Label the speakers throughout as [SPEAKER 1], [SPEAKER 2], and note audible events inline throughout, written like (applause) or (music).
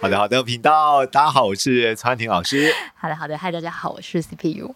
[SPEAKER 1] 好的，好的频道，大家好，我是川婷老师。
[SPEAKER 2] 好的，好的，嗨，大家好，我是 CPU。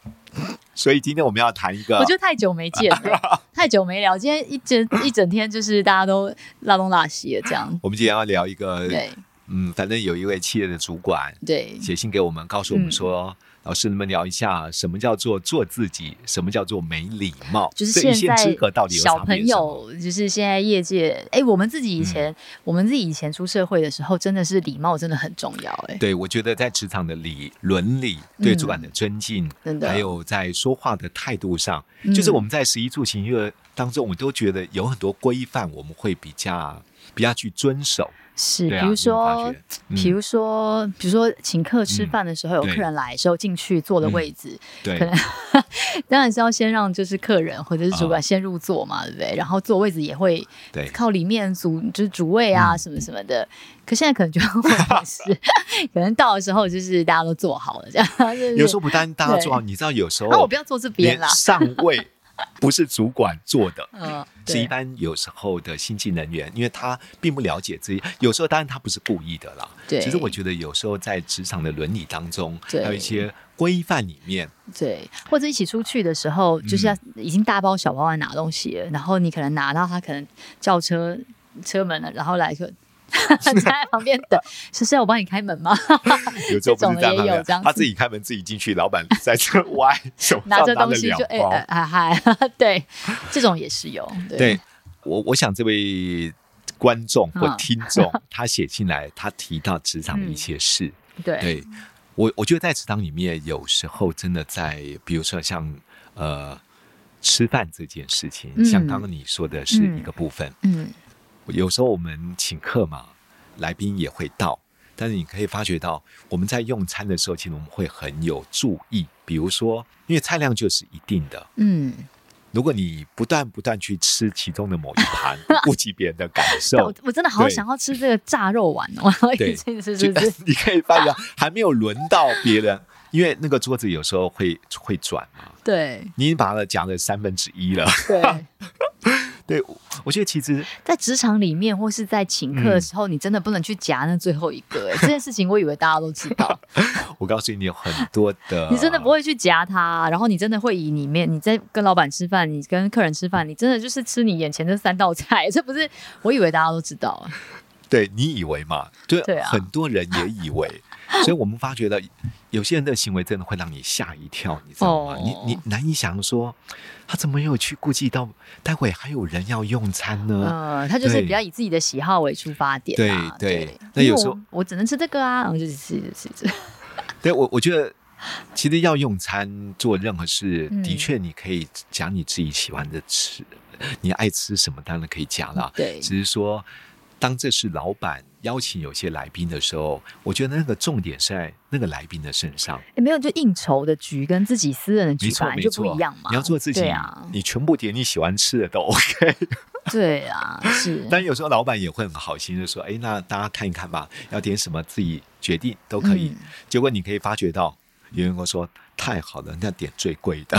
[SPEAKER 1] 所以今天我们要谈一个
[SPEAKER 2] 我，觉得太久没见了，太久没聊，今天一整一整天就是大家都拉东拉西的这样。
[SPEAKER 1] 我们今天要聊一个，
[SPEAKER 2] 对
[SPEAKER 1] 嗯，反正有一位企业的主管
[SPEAKER 2] 对，
[SPEAKER 1] 写信给我们，告诉我们
[SPEAKER 2] 嗯
[SPEAKER 1] 说。老师，能不能聊一下什么叫做做自己，什么叫做没礼貌？
[SPEAKER 2] 就是
[SPEAKER 1] 这一
[SPEAKER 2] 现
[SPEAKER 1] 线
[SPEAKER 2] 在
[SPEAKER 1] 之隔到底有
[SPEAKER 2] 小
[SPEAKER 1] 差别
[SPEAKER 2] 朋
[SPEAKER 1] 什么
[SPEAKER 2] 友，就是现在业界，哎，我们自己以前，我们自己以前出社会的时候，真的是礼貌真的很重要，哎，
[SPEAKER 1] 对，我觉得在职场的礼伦理、对主管的尊敬，
[SPEAKER 2] 嗯真的嗯
[SPEAKER 1] 还有在说话的态度上，就是我们在十一住行乐当中，我都觉得有很多规范，我们会比较比较去遵守。
[SPEAKER 2] 是，
[SPEAKER 1] 对啊，
[SPEAKER 2] 嗯比如
[SPEAKER 1] 你有没有
[SPEAKER 2] 说
[SPEAKER 1] 发觉，
[SPEAKER 2] 比
[SPEAKER 1] 嗯、
[SPEAKER 2] 如说，比如说请客吃
[SPEAKER 1] 嗯
[SPEAKER 2] 饭的时候，有
[SPEAKER 1] 对
[SPEAKER 2] 客人来的时候进去坐的位置，可
[SPEAKER 1] 对
[SPEAKER 2] 能当然是要先让就是客人或者是主管先入座嘛，对不对？然后座位子也会
[SPEAKER 1] 啊对嗯
[SPEAKER 2] 靠里面主就是主位啊什么什么的。可现在可能就会
[SPEAKER 1] (laughs)
[SPEAKER 2] 是，可能到的时候就是大家都坐好了这样。就是、
[SPEAKER 1] 有时候不单大家
[SPEAKER 2] 对
[SPEAKER 1] 做好，你知道有时候
[SPEAKER 2] 啊，我不要坐这边
[SPEAKER 1] 连。
[SPEAKER 2] 啦
[SPEAKER 1] 上位不是主管做的。
[SPEAKER 2] 嗯，
[SPEAKER 1] 是一
[SPEAKER 2] 对，
[SPEAKER 1] 般有时候的新进人员，因为他并不了解自己，有时候当然他不是故意的啦。
[SPEAKER 2] 对
[SPEAKER 1] 其实我觉得有时候在职场的伦理当中，
[SPEAKER 2] 对
[SPEAKER 1] 还有一些规范里面，
[SPEAKER 2] 对，或者一起出去的时候，就是要
[SPEAKER 1] 嗯
[SPEAKER 2] 已经大包小包来拿东西了，然后你可能拿到他可能叫车车门了，然后来
[SPEAKER 1] (laughs)
[SPEAKER 2] 个。站在旁边等，是是要我帮你开门
[SPEAKER 1] (laughs)
[SPEAKER 2] 吗？
[SPEAKER 1] 有时候不是在
[SPEAKER 2] 这种也
[SPEAKER 1] 旁
[SPEAKER 2] 有
[SPEAKER 1] 边
[SPEAKER 2] 这样，子
[SPEAKER 1] 他自己开门自己进去，老板
[SPEAKER 2] (laughs)
[SPEAKER 1] 在这歪手上
[SPEAKER 2] 拿着
[SPEAKER 1] 得
[SPEAKER 2] 东西
[SPEAKER 1] 两
[SPEAKER 2] 就哎
[SPEAKER 1] 包
[SPEAKER 2] 哎哎 (laughs) 嗨，对，这种也是有，对
[SPEAKER 1] 对我，我想这位观众或
[SPEAKER 2] 嗯
[SPEAKER 1] 听
[SPEAKER 2] (laughs)
[SPEAKER 1] 众，他写进来，他提到职场的一
[SPEAKER 2] 嗯
[SPEAKER 1] 些事，
[SPEAKER 2] 对
[SPEAKER 1] 对我，我觉得在职场里面，有时候真的在，比如说像呃吃饭这件事情，像
[SPEAKER 2] 嗯
[SPEAKER 1] 刚刚你说的是一个部分，
[SPEAKER 2] 嗯，
[SPEAKER 1] 有时候我们请客嘛，来宾也会到，但是你可以发觉到我们在用餐的时候，其实我们会很有注意，比如说，因为菜量就是一定的，
[SPEAKER 2] 嗯，
[SPEAKER 1] 如果你不断不断去吃其中的某一
[SPEAKER 2] (laughs)
[SPEAKER 1] 盘，不顾及别人的感
[SPEAKER 2] 但我
[SPEAKER 1] 受。
[SPEAKER 2] 我真的好
[SPEAKER 1] 对
[SPEAKER 2] 想要吃这个炸肉丸
[SPEAKER 1] (laughs)
[SPEAKER 2] 哦，我要一
[SPEAKER 1] 对
[SPEAKER 2] 直吃
[SPEAKER 1] 就
[SPEAKER 2] 吃吃，
[SPEAKER 1] (laughs) 你可以发觉还没有轮到别人，因为那个桌子有时候会会转嘛，
[SPEAKER 2] (laughs) 对
[SPEAKER 1] 你已经把它夹了三分之一了。 (laughs)
[SPEAKER 2] 对，
[SPEAKER 1] 对，我我觉得其实
[SPEAKER 2] (laughs) 在职场里面或是在请客的时
[SPEAKER 1] 嗯
[SPEAKER 2] 候，你真的不能去夹那最后一个，哎，这件事情我以为大家都知
[SPEAKER 1] (laughs)
[SPEAKER 2] 道，
[SPEAKER 1] 啊我告诉你，有很多
[SPEAKER 2] (laughs)
[SPEAKER 1] 的，
[SPEAKER 2] 你真的不会去夹它，然后你真的会以里面你在跟老板吃饭，你跟客人吃饭，你真的就是吃你眼前这三道菜， (laughs) 这不是我以为大家都知道，
[SPEAKER 1] 对你以为嘛？对，
[SPEAKER 2] 对啊
[SPEAKER 1] 很多人也以
[SPEAKER 2] (laughs)
[SPEAKER 1] 为，所以我们发觉到有些人的行为真的会让你吓一跳，你知道吗？
[SPEAKER 2] 哦
[SPEAKER 1] 你你难以想说，他怎么没有去顾及到待会还有人要用餐呢？
[SPEAKER 2] 嗯，他就是
[SPEAKER 1] 对
[SPEAKER 2] 比较以自己的喜好为出发点啦，
[SPEAKER 1] 对对
[SPEAKER 2] 对，
[SPEAKER 1] 那
[SPEAKER 2] 因为
[SPEAKER 1] 有时候
[SPEAKER 2] 我我只能吃这个啊，然后就是吃吃吃，
[SPEAKER 1] 对我，我觉得其实要用餐做任何事，
[SPEAKER 2] 嗯
[SPEAKER 1] 的确你可以讲你自己喜欢的吃，你爱吃什么当然可以讲啦。
[SPEAKER 2] 对
[SPEAKER 1] 只是说当这是老板邀请有些来宾的时候，我觉得那个重点是在那个来宾的身上，
[SPEAKER 2] 也没有就应酬的局跟自己私人的
[SPEAKER 1] 没
[SPEAKER 2] 局
[SPEAKER 1] 错
[SPEAKER 2] 本来
[SPEAKER 1] 没
[SPEAKER 2] 就不
[SPEAKER 1] 错，
[SPEAKER 2] 一样嘛，
[SPEAKER 1] 你要做自己，
[SPEAKER 2] 对啊，
[SPEAKER 1] 你全部点你喜欢吃的都 OK。
[SPEAKER 2] 对啊，是，
[SPEAKER 1] (laughs) 但有时候老板也会很好心，就说：“哎，那大家看一看吧，要点什么自己决定都可以。
[SPEAKER 2] 嗯
[SPEAKER 1] 结果你可以发觉到。有员工说太好了，那点最贵
[SPEAKER 2] (laughs)
[SPEAKER 1] 的。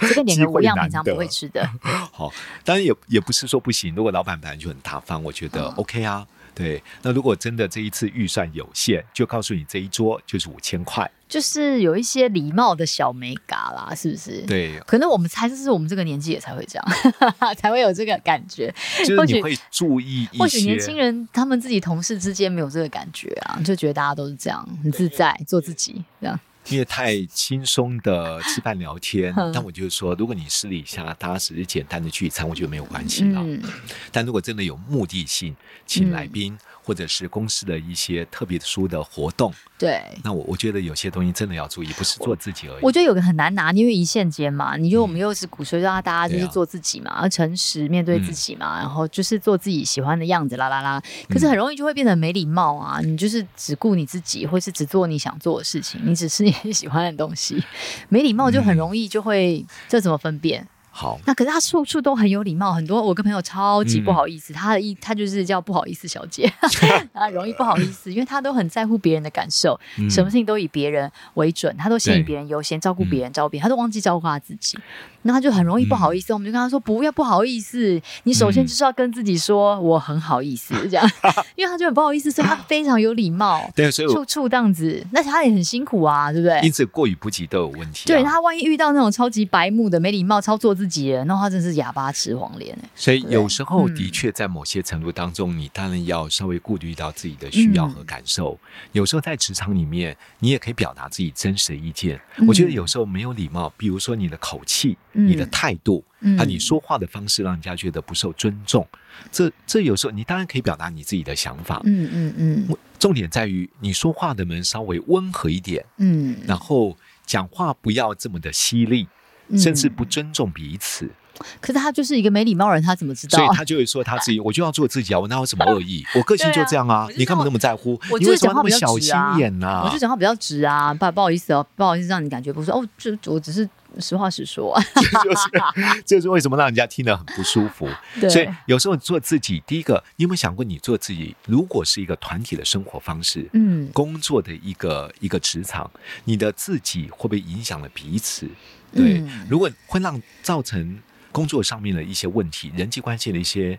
[SPEAKER 2] 随便点
[SPEAKER 1] 机
[SPEAKER 2] 个
[SPEAKER 1] 会
[SPEAKER 2] 五样
[SPEAKER 1] 难
[SPEAKER 2] 平常不
[SPEAKER 1] 得
[SPEAKER 2] 会吃的，
[SPEAKER 1] 好，当然也也不是说不行。如果老板本来就很大方，我觉
[SPEAKER 2] 嗯
[SPEAKER 1] 得 OK 啊。对，那如果真的这一次预算有限，就告诉你这一桌就是五千块。
[SPEAKER 2] 就是有一些礼貌的小美嘎啦，是不是？。
[SPEAKER 1] 对，
[SPEAKER 2] 可能我们猜，这是我们这个年纪也才会这样， (laughs) 才会有这个感觉。 (laughs)
[SPEAKER 1] 就是
[SPEAKER 2] 或
[SPEAKER 1] 你
[SPEAKER 2] 许
[SPEAKER 1] 会注意一
[SPEAKER 2] 或许年轻
[SPEAKER 1] 些。
[SPEAKER 2] 人他们自己同事之间没有这个感觉啊，就觉得大家都是这样，很自在，做自己这样。
[SPEAKER 1] 因为太轻松的吃饭聊天
[SPEAKER 2] 嗯，
[SPEAKER 1] 但我就是说，如果你私底下大家只是啊简单的聚餐，我觉得没有关系啦。
[SPEAKER 2] 嗯，
[SPEAKER 1] 但如果真的有目的性，请来宾、或者是公司的一些特别书的活动。
[SPEAKER 2] 对。
[SPEAKER 1] 那我我觉得有些东西真的要注意，不是做自己而已。
[SPEAKER 2] 我觉得有个很难拿，因为一线间嘛，你就我们又是鼓吹让大家就
[SPEAKER 1] 对
[SPEAKER 2] 是
[SPEAKER 1] 啊
[SPEAKER 2] 做自己嘛，而诚实面对自己
[SPEAKER 1] 嗯
[SPEAKER 2] 嘛，然后就是做自己喜欢的样子啦啦啦。可是很容易就会变得没礼貌啊，你就是只顾你自己，或是只做你想做的事情，你只吃你喜欢的东西，没礼貌就
[SPEAKER 1] 嗯
[SPEAKER 2] 很容易就会、这怎么分辨？
[SPEAKER 1] 好，
[SPEAKER 2] 那可是他处处都很有礼貌，很多我跟朋友超级
[SPEAKER 1] 嗯
[SPEAKER 2] 不好意思，他的意他就是叫不好意思小姐， (laughs) 啊容易不好意思，因为他都很在乎别人的感受，
[SPEAKER 1] 嗯
[SPEAKER 2] 什么事情都以别人为准，他都先以
[SPEAKER 1] 对
[SPEAKER 2] 别人优先，照顾别人，照顾别人，他都忘记照顾他自己，那他就很容易不好意思。我们就跟他说不要不好意思，你首先就是要跟自己说我很好意思这样， (laughs) 因为他就很不好意思，所以他非常有礼貌，
[SPEAKER 1] 对，所以
[SPEAKER 2] 处
[SPEAKER 1] 我
[SPEAKER 2] 处这样子，那他也很辛苦啊，对不对？
[SPEAKER 1] 因此过于不及都有问题、啊。
[SPEAKER 2] 对他万一遇到那种超级白目的、没礼貌、操作自己的人，那他真是哑巴吃黄连、欸、
[SPEAKER 1] 所以有
[SPEAKER 2] 对
[SPEAKER 1] 时候的
[SPEAKER 2] 嗯
[SPEAKER 1] 确在某些程度当中，你当然要稍微顾虑到自己的需要
[SPEAKER 2] 嗯
[SPEAKER 1] 和感受。有时候在职场里面，你也可以表达自己真实的意见。我觉得
[SPEAKER 2] 嗯
[SPEAKER 1] 有时候没有礼貌，比如说你的口气、
[SPEAKER 2] 嗯
[SPEAKER 1] 你的态度，
[SPEAKER 2] 嗯
[SPEAKER 1] 和你说话的方式，让人家觉得不受尊重。这这有时候你当然可以表达你自己的想法，
[SPEAKER 2] 嗯嗯嗯
[SPEAKER 1] 重点在于你说话的门稍微温和一点，
[SPEAKER 2] 嗯
[SPEAKER 1] 然后讲话不要这么的犀利，
[SPEAKER 2] 嗯
[SPEAKER 1] 甚至不尊重彼此。
[SPEAKER 2] 可是他就是一个没礼貌人，他怎么知道
[SPEAKER 1] 所以？他就会说他自己，我就要做自己啊，我哪有什么恶意，我个性就这样啊
[SPEAKER 2] 对啊我就，是
[SPEAKER 1] 你干嘛那么在乎
[SPEAKER 2] 我？就
[SPEAKER 1] 你
[SPEAKER 2] 是
[SPEAKER 1] 为什
[SPEAKER 2] 讲
[SPEAKER 1] 么
[SPEAKER 2] 话
[SPEAKER 1] 那
[SPEAKER 2] 比
[SPEAKER 1] 么
[SPEAKER 2] 较
[SPEAKER 1] 小
[SPEAKER 2] 直
[SPEAKER 1] 心
[SPEAKER 2] 啊
[SPEAKER 1] 眼呐、
[SPEAKER 2] 我就讲话比较直啊，不不好意思哦，不好意思让你感觉不舒服哦，就我只是实话实说、啊。
[SPEAKER 1] 就是，这是为什么让人家听得很不
[SPEAKER 2] (laughs)
[SPEAKER 1] 舒服。
[SPEAKER 2] 对
[SPEAKER 1] 所以有时候做自己，第一个，你有没有想过，你做自己，如果是一个团体的生活方式，
[SPEAKER 2] 嗯
[SPEAKER 1] 工作的一个一个职场，你的自己会不会影响了彼此？对，
[SPEAKER 2] 嗯
[SPEAKER 1] 如果会让造成工作上面的一些问题，人际关系的一些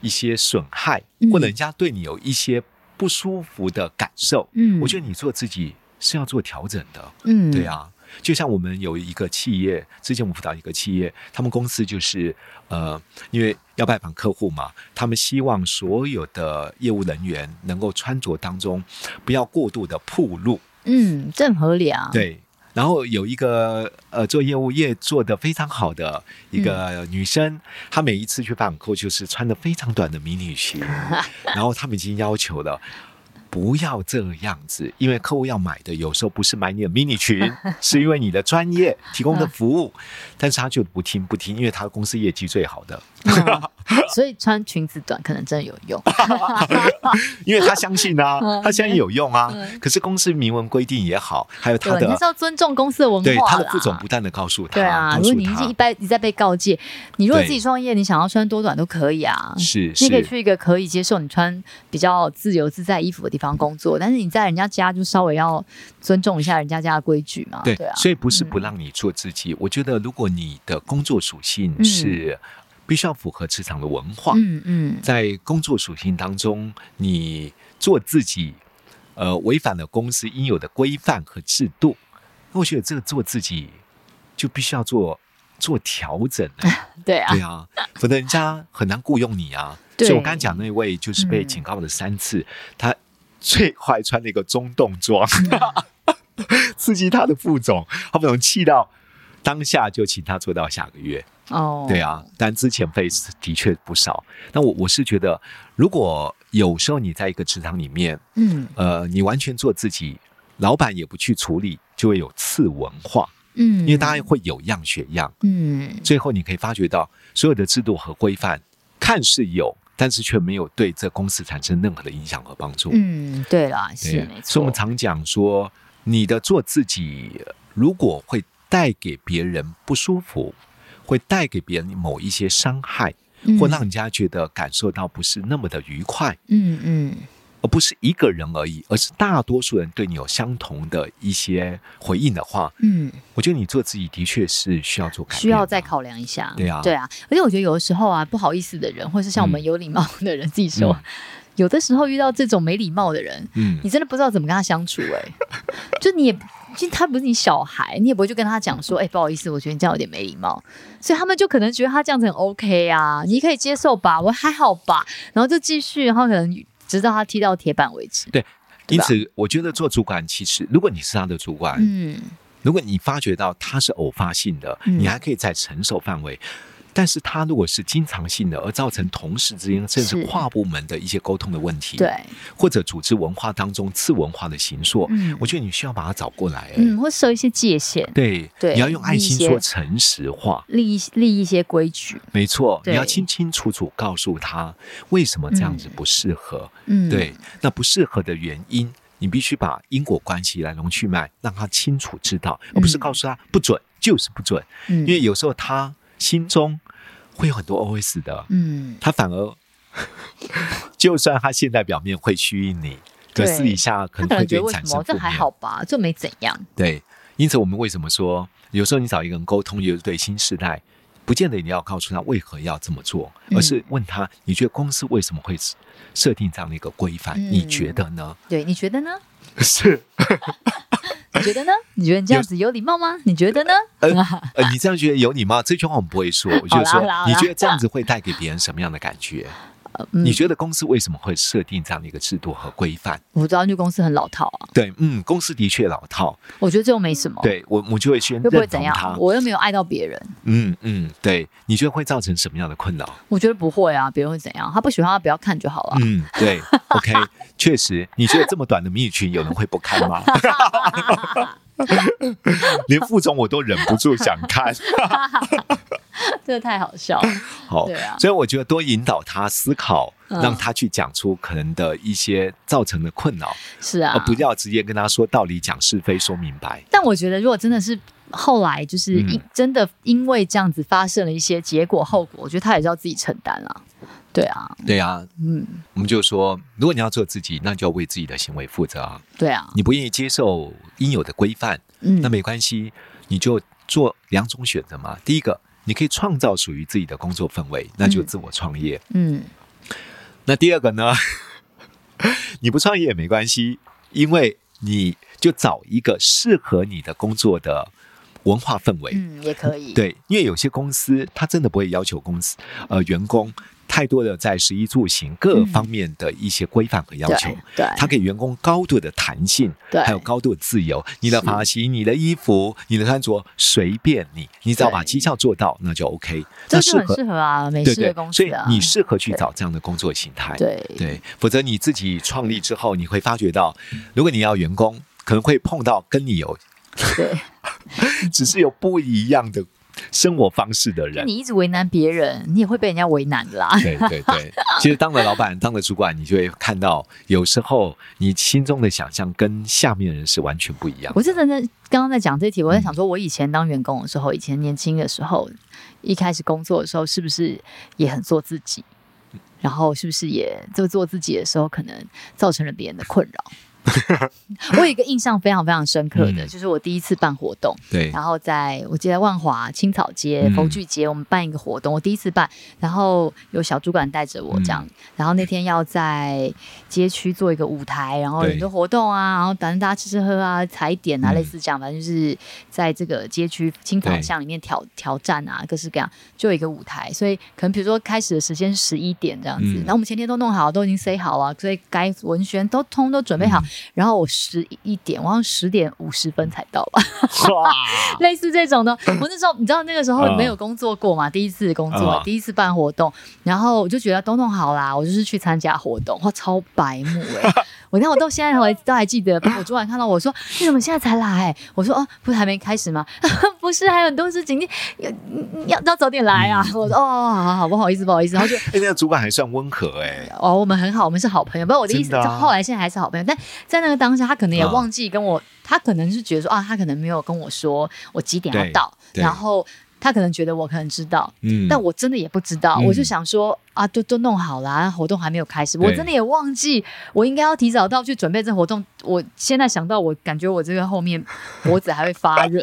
[SPEAKER 1] 一些损害，
[SPEAKER 2] 嗯
[SPEAKER 1] 或者人家对你有一些不舒服的感受，
[SPEAKER 2] 嗯
[SPEAKER 1] 我觉得你做自己是要做调整的，
[SPEAKER 2] 嗯，
[SPEAKER 1] 对，啊。就像我们有一个企业，之前我们辅导一个企业，他们公司就是呃，因为要拜访客户嘛，他们希望所有的业务人员能够穿着当中不要过度的暴露，
[SPEAKER 2] 嗯，这很合理啊。，
[SPEAKER 1] 对，然后有一个呃做业务业做得非常好的一个
[SPEAKER 2] 嗯
[SPEAKER 1] 女生，她每一次去拜访客户就是穿的非常短的迷
[SPEAKER 2] (laughs)
[SPEAKER 1] 你裙，然后他们已经要求了。不要这样子，因为客户要买的有时候不是买你的迷你裙，是因为你的专业提供的
[SPEAKER 2] 嗯
[SPEAKER 1] 服务，但是他就不听不听，因为他公司业绩最好的，
[SPEAKER 2] 嗯
[SPEAKER 1] (laughs)
[SPEAKER 2] 所以穿裙子短可能真的有用。
[SPEAKER 1] 因为他相信
[SPEAKER 2] (laughs)
[SPEAKER 1] 啊
[SPEAKER 2] 嗯，
[SPEAKER 1] 他相信有用啊。可是公司明文规定也好，还有他
[SPEAKER 2] 对，你还
[SPEAKER 1] 的
[SPEAKER 2] 是要尊重公司的文化
[SPEAKER 1] 对
[SPEAKER 2] 啦。
[SPEAKER 1] 他的副总不断的告诉他，
[SPEAKER 2] 对啊，
[SPEAKER 1] 告
[SPEAKER 2] 如果
[SPEAKER 1] 诉
[SPEAKER 2] 你已
[SPEAKER 1] 他
[SPEAKER 2] 经一般一再被告诫，你如果
[SPEAKER 1] 对
[SPEAKER 2] 自己创业，你想要穿多短都可以啊。
[SPEAKER 1] 是
[SPEAKER 2] 你可以
[SPEAKER 1] 是，
[SPEAKER 2] 去一个可以接受你穿比较自由自在衣服的地方工作，但是你在人家家就稍微要尊重一下人家家的规矩嘛。
[SPEAKER 1] 对，
[SPEAKER 2] 啊，
[SPEAKER 1] 所以不是不让你做自己。我觉得，如果你的工作属性是呃必须要符合职场的文化，
[SPEAKER 2] 嗯嗯
[SPEAKER 1] 在工作属性当中，你做自己，呃，违反了公司应有的规范和制度，那我觉得这个做自己就必须要做做调整了。
[SPEAKER 2] 对啊
[SPEAKER 1] 对，啊，否则人家很难雇佣你啊。
[SPEAKER 2] 对
[SPEAKER 1] 所以我刚讲那位就是被
[SPEAKER 2] 嗯
[SPEAKER 1] 警告了三次，他最坏穿了一个中洞装， (laughs) 刺激他的副总，他副总气到当下就请他做到下个月。
[SPEAKER 2] 哦，
[SPEAKER 1] 对，啊，但之前费是的确不少。那我我是觉得，如果有时候你在一个职场里面，
[SPEAKER 2] 嗯
[SPEAKER 1] 呃，你完全做自己，老板也不去处理，就会有次文化，
[SPEAKER 2] 嗯，
[SPEAKER 1] 因为大家会有样学样。
[SPEAKER 2] 嗯
[SPEAKER 1] 最后你可以发觉到，所有的制度和规范看似有，但是却没有对这公司产生任何的影响和帮助。
[SPEAKER 2] 嗯，对啦，
[SPEAKER 1] 对，啊
[SPEAKER 2] 是没错，
[SPEAKER 1] 所以我们常讲说，你的做自己如果会带给别人不舒服，会带给别人某一些伤害，或让人家觉得感受到不是那么的愉快，
[SPEAKER 2] 嗯嗯
[SPEAKER 1] 而不是一个人而已，而是大多数人对你有相同的一些回应的话，
[SPEAKER 2] 嗯，
[SPEAKER 1] 我觉得你做自己的确是需要做改变的，
[SPEAKER 2] 需要再考量一下。
[SPEAKER 1] 对啊
[SPEAKER 2] 对啊，而且我觉得有的时候啊，不好意思的人，或是像我们
[SPEAKER 1] 嗯
[SPEAKER 2] 有礼貌的人自己说，有的时候遇到这种没礼貌的人，
[SPEAKER 1] 嗯。
[SPEAKER 2] 你真的不知道怎么跟他相处哎、 (laughs) 就你也，其实他不是你小孩，你也不会就跟他讲说，哎、不好意思，我觉得你这样有点没礼貌，所以他们就可能觉得他这样子很 OK 啊，你可以接受吧，我还好吧，然后就继续，然后可能直到他踢到铁板为止。
[SPEAKER 1] 对，
[SPEAKER 2] 对
[SPEAKER 1] 因
[SPEAKER 2] 吧
[SPEAKER 1] 此，我觉得做主管，其实如果你是他的主管，
[SPEAKER 2] 嗯
[SPEAKER 1] 如果你发觉到他是偶发性的，
[SPEAKER 2] 嗯
[SPEAKER 1] 你还可以在承受范围。但是它如果是经常性的，而造成同事之间甚至
[SPEAKER 2] 是
[SPEAKER 1] 跨部门的一些沟通的问题，
[SPEAKER 2] 对，
[SPEAKER 1] 或者组织文化当中次文化的形塑，
[SPEAKER 2] 嗯
[SPEAKER 1] 我觉得你需要把它找过来、哎
[SPEAKER 2] 嗯，会设一些界限，
[SPEAKER 1] 对，
[SPEAKER 2] 对
[SPEAKER 1] 你要用爱心
[SPEAKER 2] 一些
[SPEAKER 1] 说诚实话，
[SPEAKER 2] 立一立一些规矩，
[SPEAKER 1] 没错，
[SPEAKER 2] 对
[SPEAKER 1] 你要清清楚楚告诉他为什么这样子不适合，
[SPEAKER 2] 嗯，
[SPEAKER 1] 对，那不适合的原因，你必须把因果关系来龙去脉让他清楚知道，而不
[SPEAKER 2] 嗯
[SPEAKER 1] 是告诉他不准就是不准，
[SPEAKER 2] 嗯，
[SPEAKER 1] 因为有时候他心中会有很多 OS 的，
[SPEAKER 2] 嗯
[SPEAKER 1] 他反而 (laughs) 就算他现在表面会虚应你，可
[SPEAKER 2] 对
[SPEAKER 1] 私底下
[SPEAKER 2] 他
[SPEAKER 1] 可能
[SPEAKER 2] 可
[SPEAKER 1] 会
[SPEAKER 2] 能觉
[SPEAKER 1] 对
[SPEAKER 2] 得
[SPEAKER 1] 你
[SPEAKER 2] 为什
[SPEAKER 1] 产生
[SPEAKER 2] 么
[SPEAKER 1] 负
[SPEAKER 2] 这
[SPEAKER 1] 面。
[SPEAKER 2] 还好吧，这没怎样，
[SPEAKER 1] 对，因此我们为什么说，有时候你找一个人沟通，也是对新时代，不见得你要告诉他为何要这么做，
[SPEAKER 2] 嗯
[SPEAKER 1] 而是问他，你觉得公司为什么会设定这样的一个规范？
[SPEAKER 2] 嗯
[SPEAKER 1] 你觉得呢？
[SPEAKER 2] 对，你觉得呢？
[SPEAKER 1] 是，
[SPEAKER 2] 你觉得呢？你觉得你这样子有礼貌吗？你觉得呢？
[SPEAKER 1] (laughs) 呃，你这样觉得有礼貌，这句话我们不会说，我就
[SPEAKER 2] 好
[SPEAKER 1] 是
[SPEAKER 2] 啦
[SPEAKER 1] 说
[SPEAKER 2] 好啦，好
[SPEAKER 1] 你
[SPEAKER 2] 啦
[SPEAKER 1] 觉得这样子会带给别人什么样的感觉？
[SPEAKER 2] 嗯
[SPEAKER 1] 你觉得公司为什么会设定这样的一个制度和规范？
[SPEAKER 2] 我知道那公司很老套啊，
[SPEAKER 1] 对，嗯，公司的确老套，
[SPEAKER 2] 我觉得这又没什么，，
[SPEAKER 1] 对我我就会先
[SPEAKER 2] 哦又不会
[SPEAKER 1] 认
[SPEAKER 2] 怎
[SPEAKER 1] 同
[SPEAKER 2] 样
[SPEAKER 1] 他，，
[SPEAKER 2] 我又没有爱到别人，
[SPEAKER 1] 嗯嗯，对，你觉得会造成什么样的困扰？
[SPEAKER 2] 我觉得不会啊，别人会怎样？他不喜欢他不要看就好了。 (laughs)
[SPEAKER 1] 嗯，对，OK，确实，你觉得这么短的蜜语群有人会不看
[SPEAKER 2] (laughs)
[SPEAKER 1] 吗？连副总我都忍不住想看，
[SPEAKER 2] 这个太好
[SPEAKER 1] (laughs)
[SPEAKER 2] 笑了。
[SPEAKER 1] 好，
[SPEAKER 2] 对啊
[SPEAKER 1] 所以我觉得多引导他思考，
[SPEAKER 2] 嗯
[SPEAKER 1] 让他去讲出可能的一些造成的困扰，
[SPEAKER 2] 是啊
[SPEAKER 1] 而，哦不要直接跟他说道理、讲是非、说明白。
[SPEAKER 2] 但我觉得如果真的是后来就是
[SPEAKER 1] 嗯
[SPEAKER 2] 一、真的因为这样子发生了一些结果后果，我觉得他也是要自己承担啦。对啊，
[SPEAKER 1] 对啊，
[SPEAKER 2] 嗯，
[SPEAKER 1] 我们就说，如果你要做自己，那就要为自己的行为负责啊。
[SPEAKER 2] 对啊，
[SPEAKER 1] 你不愿意接受应有的规范，
[SPEAKER 2] 嗯，
[SPEAKER 1] 那没关系，你就做两种选择嘛。第一个，你可以创造属于自己的工作氛围，那就自我创业；
[SPEAKER 2] 嗯
[SPEAKER 1] 那第二个呢， (laughs) 你不创业也没关系，因为你就找一个适合你的工作的文化氛围。
[SPEAKER 2] 嗯也可以，，
[SPEAKER 1] 对，因为有些公司它真的不会要求公司呃员工太多的在食衣住行各
[SPEAKER 2] 嗯
[SPEAKER 1] 方面的一些规范和要
[SPEAKER 2] 对
[SPEAKER 1] 求。
[SPEAKER 2] 嗯对，
[SPEAKER 1] 它给员工高度的弹性，
[SPEAKER 2] 对
[SPEAKER 1] 还有高度的自由。你的
[SPEAKER 2] 是
[SPEAKER 1] 发型、你的衣服、你的穿着，随便你，你只要把
[SPEAKER 2] 对
[SPEAKER 1] 绩效做到，那就 OK。
[SPEAKER 2] 这
[SPEAKER 1] 那
[SPEAKER 2] 就
[SPEAKER 1] 适
[SPEAKER 2] 很
[SPEAKER 1] 合
[SPEAKER 2] 适合啊，美
[SPEAKER 1] 对
[SPEAKER 2] 式的
[SPEAKER 1] 对
[SPEAKER 2] 公，司
[SPEAKER 1] 所以
[SPEAKER 2] 啊，
[SPEAKER 1] 你适合去
[SPEAKER 2] 对
[SPEAKER 1] 找这样的工作形态。
[SPEAKER 2] 对
[SPEAKER 1] 对，否则你自己创立之后，你会发觉到，如果你要员工，可能会碰到跟你有
[SPEAKER 2] 对，
[SPEAKER 1] (laughs) 只是有不一样的生活方式的人。
[SPEAKER 2] 你一直为难别人，你也会被人家为难的啦。
[SPEAKER 1] 对对对，其实当了老板、当了主管，你就会看到，有时候你心中的想象跟下面的人是完全不一样的。嗯
[SPEAKER 2] 我是真的刚刚在讲这题，我在想说，我以前当员工的时候，以前年轻的时候，一开始工作的时候，是不是也很做自己？
[SPEAKER 1] 嗯
[SPEAKER 2] 然后是不是也就做自己的时候，可能造成了别人的困
[SPEAKER 1] (laughs)
[SPEAKER 2] 扰？我有一个印象非常非常深刻的，
[SPEAKER 1] 嗯
[SPEAKER 2] 就是我第一次办活动，
[SPEAKER 1] 对，
[SPEAKER 2] 然后在我记得万华青草街
[SPEAKER 1] 嗯
[SPEAKER 2] 佛具街，我们办一个活动，我第一次办，然后有小主管带着我这样，
[SPEAKER 1] 嗯
[SPEAKER 2] 然后那天要在街区做一个舞台，然后有
[SPEAKER 1] 对
[SPEAKER 2] 很多活动啊，然后反正大家吃吃喝喝啊、踩点啊，
[SPEAKER 1] 嗯
[SPEAKER 2] 类似这样，反正就是在这个街区青草巷里面挑挑战啊，各式各样，就有一个舞台，所以可能比如说开始的时间是十一点这样子，
[SPEAKER 1] 嗯
[SPEAKER 2] 然后我们前天都弄好，都已经 say 好啊了，所以该文宣都通都准备好，
[SPEAKER 1] 嗯
[SPEAKER 2] 然后我十一点，我好像十点五十分才到吧。
[SPEAKER 1] (laughs)
[SPEAKER 2] 类似这种的。我那时候你知道那个时候
[SPEAKER 1] 嗯
[SPEAKER 2] 没有工作过嘛，第一次工作，
[SPEAKER 1] 嗯
[SPEAKER 2] 第一次办活动，然后我就觉得都弄好啦，我就是去参加活动，哇，超白目哎、我那我到现在还都还记得，我主管看到我说：“你怎么现在才来？”我说：“哦，不是还没开始吗？ (laughs) 不是还有很多事情，你你你要要早点来啊！”
[SPEAKER 1] 嗯
[SPEAKER 2] 我说：“哦，好好好，不好意思，不好意思。”然后就
[SPEAKER 1] 哎、那个主管还算温和哎、
[SPEAKER 2] 哦，我们很好，我们是好朋友。不，我的意思，
[SPEAKER 1] 真的啊
[SPEAKER 2] 就后来现在还是好朋友，但在那个当下，他可能也
[SPEAKER 1] 啊
[SPEAKER 2] 忘记跟我，他可能是觉得说啊，他可能没有跟我说我几点要
[SPEAKER 1] 对
[SPEAKER 2] 到，
[SPEAKER 1] 对
[SPEAKER 2] 然后他可能觉得我可能知道，
[SPEAKER 1] 嗯，
[SPEAKER 2] 但我真的也不知道，
[SPEAKER 1] 嗯
[SPEAKER 2] 我就想说啊，都都弄好啦，活动还没有开始，
[SPEAKER 1] 对
[SPEAKER 2] 我真的也忘记，我应该要提早到去准备这活动。我现在想到，我感觉我这个后
[SPEAKER 1] (laughs)
[SPEAKER 2] 面脖子还会发热，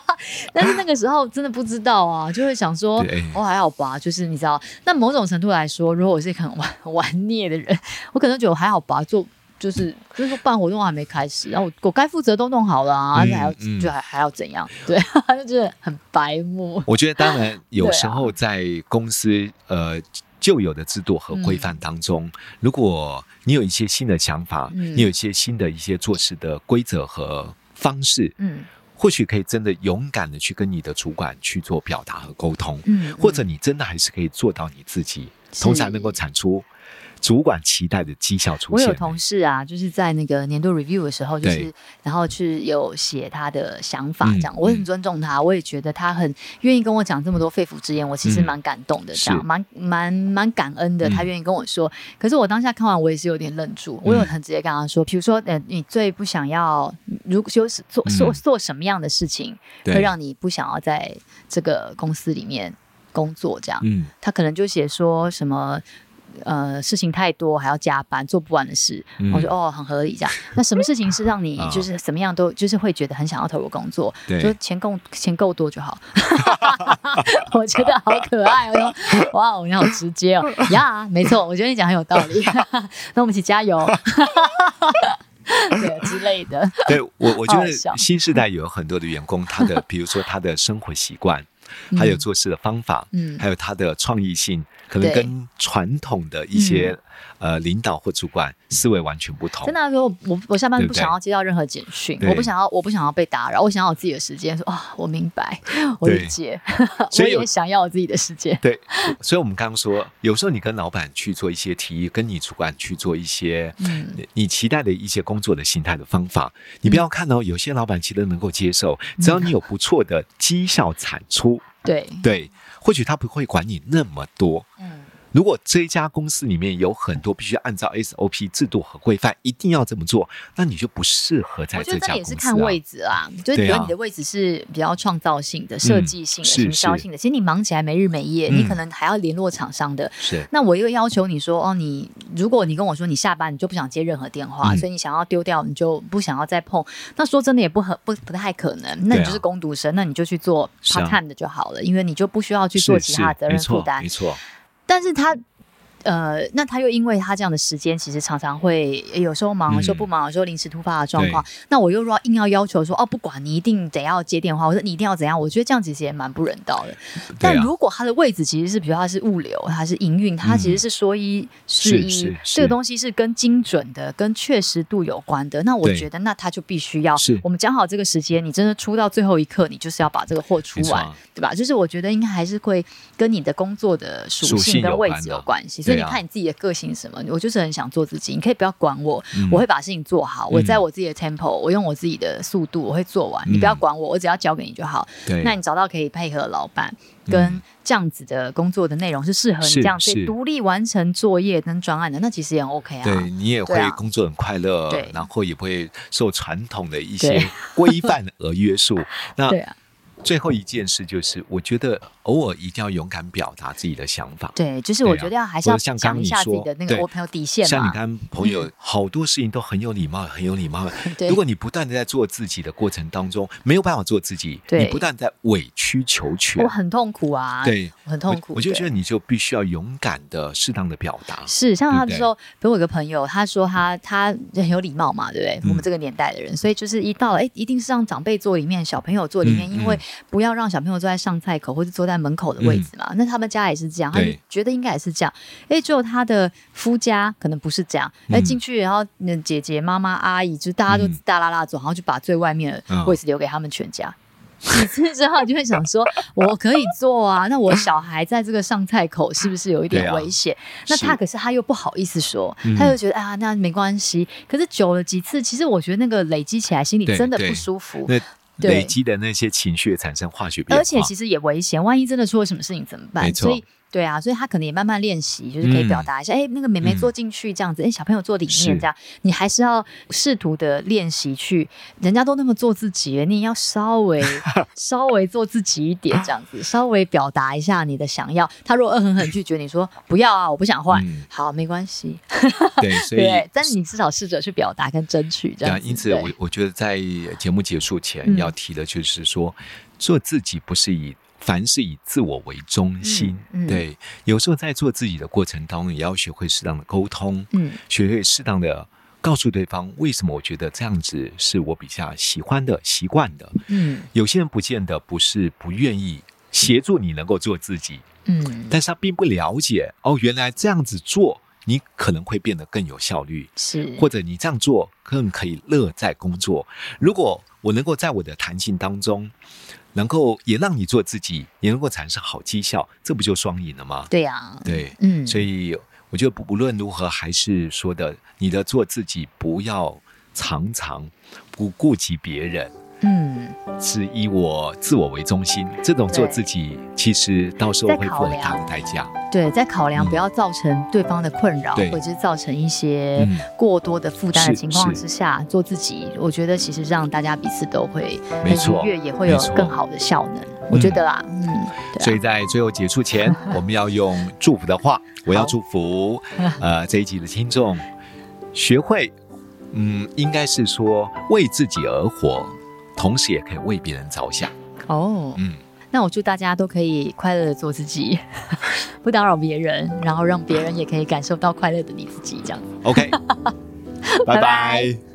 [SPEAKER 2] (laughs) 但是那个时候真的不知道啊，就会想说
[SPEAKER 1] 对，
[SPEAKER 2] 哦还好吧，就是你知道，那某种程度来说，如果我是一个很 (laughs) 顽顽劣的人，我可能觉得我还好吧，做。就是就是说办活动还没开始，然后我我该负责都弄好了啊，
[SPEAKER 1] 嗯
[SPEAKER 2] 还要、
[SPEAKER 1] 嗯
[SPEAKER 2] 就还还要怎样？对， (laughs) 就觉得很白目。
[SPEAKER 1] 我觉得当然
[SPEAKER 2] (laughs)
[SPEAKER 1] 有
[SPEAKER 2] 对啊
[SPEAKER 1] 时候在公司、呃旧有的制度和
[SPEAKER 2] 嗯
[SPEAKER 1] 规范当中，如果你有一些新的想法，
[SPEAKER 2] 嗯
[SPEAKER 1] 你有一些新的一些做事的规则和方式，
[SPEAKER 2] 嗯，
[SPEAKER 1] 或许可以真的勇敢的去跟你的主管去做表达和沟通，
[SPEAKER 2] 嗯，
[SPEAKER 1] 或者你真的还是可以做到你自己，通常能够产出主管期待的绩效出
[SPEAKER 2] 我
[SPEAKER 1] 现。
[SPEAKER 2] 有同事啊，就是在那个年度 review 的时候，就
[SPEAKER 1] 对
[SPEAKER 2] 是然后去有写他的想法，
[SPEAKER 1] 嗯
[SPEAKER 2] 这样我
[SPEAKER 1] 嗯
[SPEAKER 2] 很尊重他，我也觉得他很愿意跟我讲这么多肺腑之言，我其实
[SPEAKER 1] 嗯
[SPEAKER 2] 蛮感动的，
[SPEAKER 1] 是
[SPEAKER 2] 这样蛮蛮蛮感恩的，
[SPEAKER 1] 嗯嗯
[SPEAKER 2] 他愿意跟我说。可是我当下看完，我也是有点愣住，我有很直接跟他说，比如说，呃，你最不想要，如有做做
[SPEAKER 1] 嗯
[SPEAKER 2] 做什么样的事情，
[SPEAKER 1] 对
[SPEAKER 2] 会让你不想要在这个公司里面工作这样？
[SPEAKER 1] 嗯，
[SPEAKER 2] 他可能就写说什么。呃，事情太多，还要加班，做不完的事，
[SPEAKER 1] 嗯
[SPEAKER 2] 我说哦，很合理这样。那什么事情是让你
[SPEAKER 1] 啊
[SPEAKER 2] 就是怎么样都就是会觉得很想要投入工作？
[SPEAKER 1] 对
[SPEAKER 2] 就钱够钱够多就好。 (laughs) 我觉得好可爱哦，哇哦，你好直接哦，呀，没错，我觉得你讲很有道理。 (laughs) 那我们一起加油， (laughs) 对之类的， (laughs)
[SPEAKER 1] 对我我觉
[SPEAKER 2] 好好
[SPEAKER 1] 得
[SPEAKER 2] 笑
[SPEAKER 1] 新时代有很多的员工，他的比如说他的生活习惯，还有
[SPEAKER 2] (laughs) 嗯
[SPEAKER 1] 做事的方法，
[SPEAKER 2] 嗯
[SPEAKER 1] 还有他的创意性，可能
[SPEAKER 2] 对嗯
[SPEAKER 1] 跟传统的一些呃领导或主管思维完全不同
[SPEAKER 2] 真。的啊、如果我我下班
[SPEAKER 1] 对不
[SPEAKER 2] 不
[SPEAKER 1] 对
[SPEAKER 2] 想要接到任何简讯，
[SPEAKER 1] 对
[SPEAKER 2] 我不想要我不想要被打扰，我想要有自己的时间。说啊、我明白，我
[SPEAKER 1] 对
[SPEAKER 2] 理解，(laughs)
[SPEAKER 1] 所
[SPEAKER 2] 我
[SPEAKER 1] 以有
[SPEAKER 2] 也想要有自己的时间。
[SPEAKER 1] 对，所以我们刚刚说，有时候你跟老板去做一些提议，跟你主管去做一些
[SPEAKER 2] 嗯
[SPEAKER 1] 你你期待的一些工作的形态的方法，你不要看
[SPEAKER 2] 嗯
[SPEAKER 1] 哦，有些老板其实能够接受，只要你有不错的绩效产出，
[SPEAKER 2] 对，
[SPEAKER 1] 对，或许他不会管你那么多。
[SPEAKER 2] 嗯，
[SPEAKER 1] 如果这一家公司里面有很多必须按照 SOP 制度和规范，一定要这么做，那你就不适合在
[SPEAKER 2] 我觉
[SPEAKER 1] 这
[SPEAKER 2] 得
[SPEAKER 1] 家
[SPEAKER 2] 这
[SPEAKER 1] 公
[SPEAKER 2] 也
[SPEAKER 1] 司、
[SPEAKER 2] 是
[SPEAKER 1] 啊。
[SPEAKER 2] 看位置啦，就是
[SPEAKER 1] 对
[SPEAKER 2] 比如
[SPEAKER 1] 啊嗯
[SPEAKER 2] 你的位置是比较创造性的、设计性的、
[SPEAKER 1] 是
[SPEAKER 2] 行销性的，其实你忙起来没日没夜，
[SPEAKER 1] 嗯
[SPEAKER 2] 你可能还要联络厂商的。
[SPEAKER 1] 是
[SPEAKER 2] 那我又要求你说，哦，你如果你跟我说你下班你就不想接任何电话，
[SPEAKER 1] 嗯
[SPEAKER 2] 所以你想要丢掉，你就不想要再碰。那说真的也不很不不太可能，那
[SPEAKER 1] 对
[SPEAKER 2] 你
[SPEAKER 1] 啊
[SPEAKER 2] 就是工读生，那你就去做
[SPEAKER 1] 是啊
[SPEAKER 2] part time 的就好了，因为你就不需要去做
[SPEAKER 1] 是
[SPEAKER 2] 其他的
[SPEAKER 1] 是
[SPEAKER 2] 责
[SPEAKER 1] 没
[SPEAKER 2] 任
[SPEAKER 1] 错
[SPEAKER 2] 负担
[SPEAKER 1] 没。错，
[SPEAKER 2] 但是他。呃，那他又因为他这样的时间，其实常常会诶有时候忙，
[SPEAKER 1] 嗯
[SPEAKER 2] 有时候不忙，有时候临时突发的状况。那我又若硬要要求说，哦，不管你一定得要接电话，或者你一定要怎样，我觉得这样其实也蛮不人道的。但
[SPEAKER 1] 对啊嗯
[SPEAKER 2] 如果他的位置其实是，比如他是物流，他是营运，他其实是说一是一，
[SPEAKER 1] 是是是
[SPEAKER 2] 这个东西是跟精准的、跟确实度有关的。那我
[SPEAKER 1] 对
[SPEAKER 2] 觉得，那他就必须要
[SPEAKER 1] 是，
[SPEAKER 2] 我们讲好这个时间，你真的出到最后一刻，你就是要把这个货出
[SPEAKER 1] 没错
[SPEAKER 2] 完
[SPEAKER 1] 啊，
[SPEAKER 2] 对吧？就是我觉得应该还是会跟你的工作的属
[SPEAKER 1] 属性
[SPEAKER 2] 性跟
[SPEAKER 1] 有
[SPEAKER 2] 位
[SPEAKER 1] 关
[SPEAKER 2] 置
[SPEAKER 1] 的
[SPEAKER 2] 有关系，所
[SPEAKER 1] 对
[SPEAKER 2] 以你
[SPEAKER 1] 啊
[SPEAKER 2] 看你自己的个性是什么。我就是很想做自己，你可以不要管我，
[SPEAKER 1] 嗯
[SPEAKER 2] 我会把事情做好，我
[SPEAKER 1] 嗯
[SPEAKER 2] 在我自己的 tempo，我用我自己的速度，我会做完，你不要
[SPEAKER 1] 嗯
[SPEAKER 2] 管我，我只要交给你就好。
[SPEAKER 1] 对，嗯
[SPEAKER 2] 那你找到可以配合的老板，跟这样子的工作的内容是适合你
[SPEAKER 1] 是
[SPEAKER 2] 这样子
[SPEAKER 1] 是
[SPEAKER 2] 独立完成作业跟专案的，那其实也很 OK 啊。
[SPEAKER 1] 对你也
[SPEAKER 2] 对
[SPEAKER 1] 会
[SPEAKER 2] 啊
[SPEAKER 1] 工作很快乐，
[SPEAKER 2] 对
[SPEAKER 1] 然后也不会受传统的一些
[SPEAKER 2] 对
[SPEAKER 1] (laughs) 规范而约束。那
[SPEAKER 2] (laughs) 对啊，
[SPEAKER 1] 最后一件事就是，我觉得偶尔一定要勇敢表达自己的想法。
[SPEAKER 2] 对，就是
[SPEAKER 1] 对
[SPEAKER 2] 我
[SPEAKER 1] 啊
[SPEAKER 2] 觉得要还是
[SPEAKER 1] 或
[SPEAKER 2] 要
[SPEAKER 1] 者像
[SPEAKER 2] 讲
[SPEAKER 1] 刚
[SPEAKER 2] 一
[SPEAKER 1] 你
[SPEAKER 2] 下自己
[SPEAKER 1] 说
[SPEAKER 2] 的那
[SPEAKER 1] 对
[SPEAKER 2] 个我朋友底线
[SPEAKER 1] 像你
[SPEAKER 2] 嘛。
[SPEAKER 1] 跟朋友，好多事情都很有礼貌，很有礼貌。
[SPEAKER 2] 嗯 (laughs) 对
[SPEAKER 1] 如果你不断的在做自己的过程当中，没有办法做自己，
[SPEAKER 2] 对
[SPEAKER 1] 你不断地在委曲求全
[SPEAKER 2] 我，很痛苦啊，
[SPEAKER 1] 对，
[SPEAKER 2] 我很
[SPEAKER 1] 我
[SPEAKER 2] 痛苦。
[SPEAKER 1] 我就
[SPEAKER 2] 对
[SPEAKER 1] 觉得你就必须要勇敢的、适当的表达。
[SPEAKER 2] 是，像他
[SPEAKER 1] 对不
[SPEAKER 2] 就
[SPEAKER 1] 对
[SPEAKER 2] 说，比如我有个朋友，他说他他很有礼貌嘛，对不对？
[SPEAKER 1] 嗯
[SPEAKER 2] 我们这个年代的人，所以就是一到了，哎，一定是让长辈坐里面，小朋友坐里面，
[SPEAKER 1] 嗯
[SPEAKER 2] 因为
[SPEAKER 1] 嗯
[SPEAKER 2] 不要让小朋友坐在上菜口或者坐在门口的位置嘛。那他们家也是这样，他就
[SPEAKER 1] 对
[SPEAKER 2] 觉得应该也是这样。哎，只有他的夫家可能不是这样，哎，
[SPEAKER 1] 嗯
[SPEAKER 2] 进去然后嗯姐姐、妈妈、阿姨，就是大家都
[SPEAKER 1] 嗯
[SPEAKER 2] 大拉拉走，然后就把最外面的
[SPEAKER 1] 嗯
[SPEAKER 2] 位置留给他们全家。几次之后，你就会想说，我可以做啊，那我小孩在这个上菜口是不是有一
[SPEAKER 1] 对
[SPEAKER 2] 点
[SPEAKER 1] 啊
[SPEAKER 2] 危险？那
[SPEAKER 1] 是
[SPEAKER 2] 他可是他又不好意思说，
[SPEAKER 1] 嗯
[SPEAKER 2] 他又觉得啊，那没关系。可是久了几次，其实我觉得那个累积起来，心里
[SPEAKER 1] 对
[SPEAKER 2] 真的
[SPEAKER 1] 对
[SPEAKER 2] 不舒服，
[SPEAKER 1] 那
[SPEAKER 2] 对
[SPEAKER 1] 累积的那些情绪也产生化学变化，
[SPEAKER 2] 而且其实也危险，万一真的出了什么事情怎么
[SPEAKER 1] 没
[SPEAKER 2] 办？
[SPEAKER 1] 错
[SPEAKER 2] 所以。对啊，所以他可能也慢慢练习，就是可以表达一下，哎、那个妹妹
[SPEAKER 1] 嗯
[SPEAKER 2] 坐进去这样子，哎、小朋友坐里
[SPEAKER 1] 是
[SPEAKER 2] 面这样，你还是要试图的练习去，人家都那么做自己了，你也要稍
[SPEAKER 1] (laughs)
[SPEAKER 2] 微稍微做自己一点，这样子，稍微表达一下你的想要。他如果恶狠狠拒绝你说不要啊，我不想换，
[SPEAKER 1] 嗯
[SPEAKER 2] 好，没关系，
[SPEAKER 1] 对，所以
[SPEAKER 2] 对，但是你至少试着去表达跟争取这
[SPEAKER 1] 对啊
[SPEAKER 2] 样，子。
[SPEAKER 1] 因此
[SPEAKER 2] 对
[SPEAKER 1] 我我觉得在节目结束前
[SPEAKER 2] 嗯
[SPEAKER 1] 要提的就是说，做自己不是以。凡是以自我为中心，
[SPEAKER 2] 嗯嗯
[SPEAKER 1] 对，有时候在做自己的过程当中，也要学会适当的沟通，
[SPEAKER 2] 嗯，
[SPEAKER 1] 学会适当的告诉对方为什么我觉得这样子是我比较喜欢的、习惯的。
[SPEAKER 2] 嗯
[SPEAKER 1] 有些人不见得不是不愿意协助你能够做自己，
[SPEAKER 2] 嗯，
[SPEAKER 1] 但是他并不了解哦，原来这样子做你可能会变得更有效率，
[SPEAKER 2] 是
[SPEAKER 1] 或者你这样做更可以乐在工作。如果我能够在我的弹性当中，能够也让你做自己，也能够产生好绩效，这不就双赢了吗？
[SPEAKER 2] 对呀、
[SPEAKER 1] 对，
[SPEAKER 2] 嗯，
[SPEAKER 1] 所以我觉得不无论如何，还是说的，你的做自己，不要常常不顾及别人，
[SPEAKER 2] 嗯，
[SPEAKER 1] 是以我自我为中心。这种做
[SPEAKER 2] 对
[SPEAKER 1] 自己，其实到时候
[SPEAKER 2] 在
[SPEAKER 1] 会付
[SPEAKER 2] 考
[SPEAKER 1] 很大的
[SPEAKER 2] 量
[SPEAKER 1] 代价。
[SPEAKER 2] 对，在考量
[SPEAKER 1] 嗯
[SPEAKER 2] 不要造成对方的困扰，
[SPEAKER 1] 对
[SPEAKER 2] 或者是造成一些
[SPEAKER 1] 嗯
[SPEAKER 2] 过多的负担的
[SPEAKER 1] 是
[SPEAKER 2] 情况
[SPEAKER 1] 是
[SPEAKER 2] 之下，做自己，我觉得其实让大家彼此都会
[SPEAKER 1] 没
[SPEAKER 2] 很愉
[SPEAKER 1] 错
[SPEAKER 2] 悦，也会有
[SPEAKER 1] 没错
[SPEAKER 2] 更好的效能。我觉得啦，嗯，对啊
[SPEAKER 1] 所以在最后结
[SPEAKER 2] (laughs)
[SPEAKER 1] 束前，我们要用祝福的话，我要
[SPEAKER 2] 好
[SPEAKER 1] 祝
[SPEAKER 2] (laughs)
[SPEAKER 1] 福呃这一集的听众学会，嗯，应该是说为自己而活，同时也可以为别人着想。
[SPEAKER 2] 哦，
[SPEAKER 1] 嗯，
[SPEAKER 2] 那我祝大家都可以快乐的做自己， (laughs) 不打扰别人， (laughs) 然后让别人也可以感受到快乐的你自己，这样子。
[SPEAKER 1] OK，拜
[SPEAKER 2] 拜
[SPEAKER 1] 拜
[SPEAKER 2] 拜。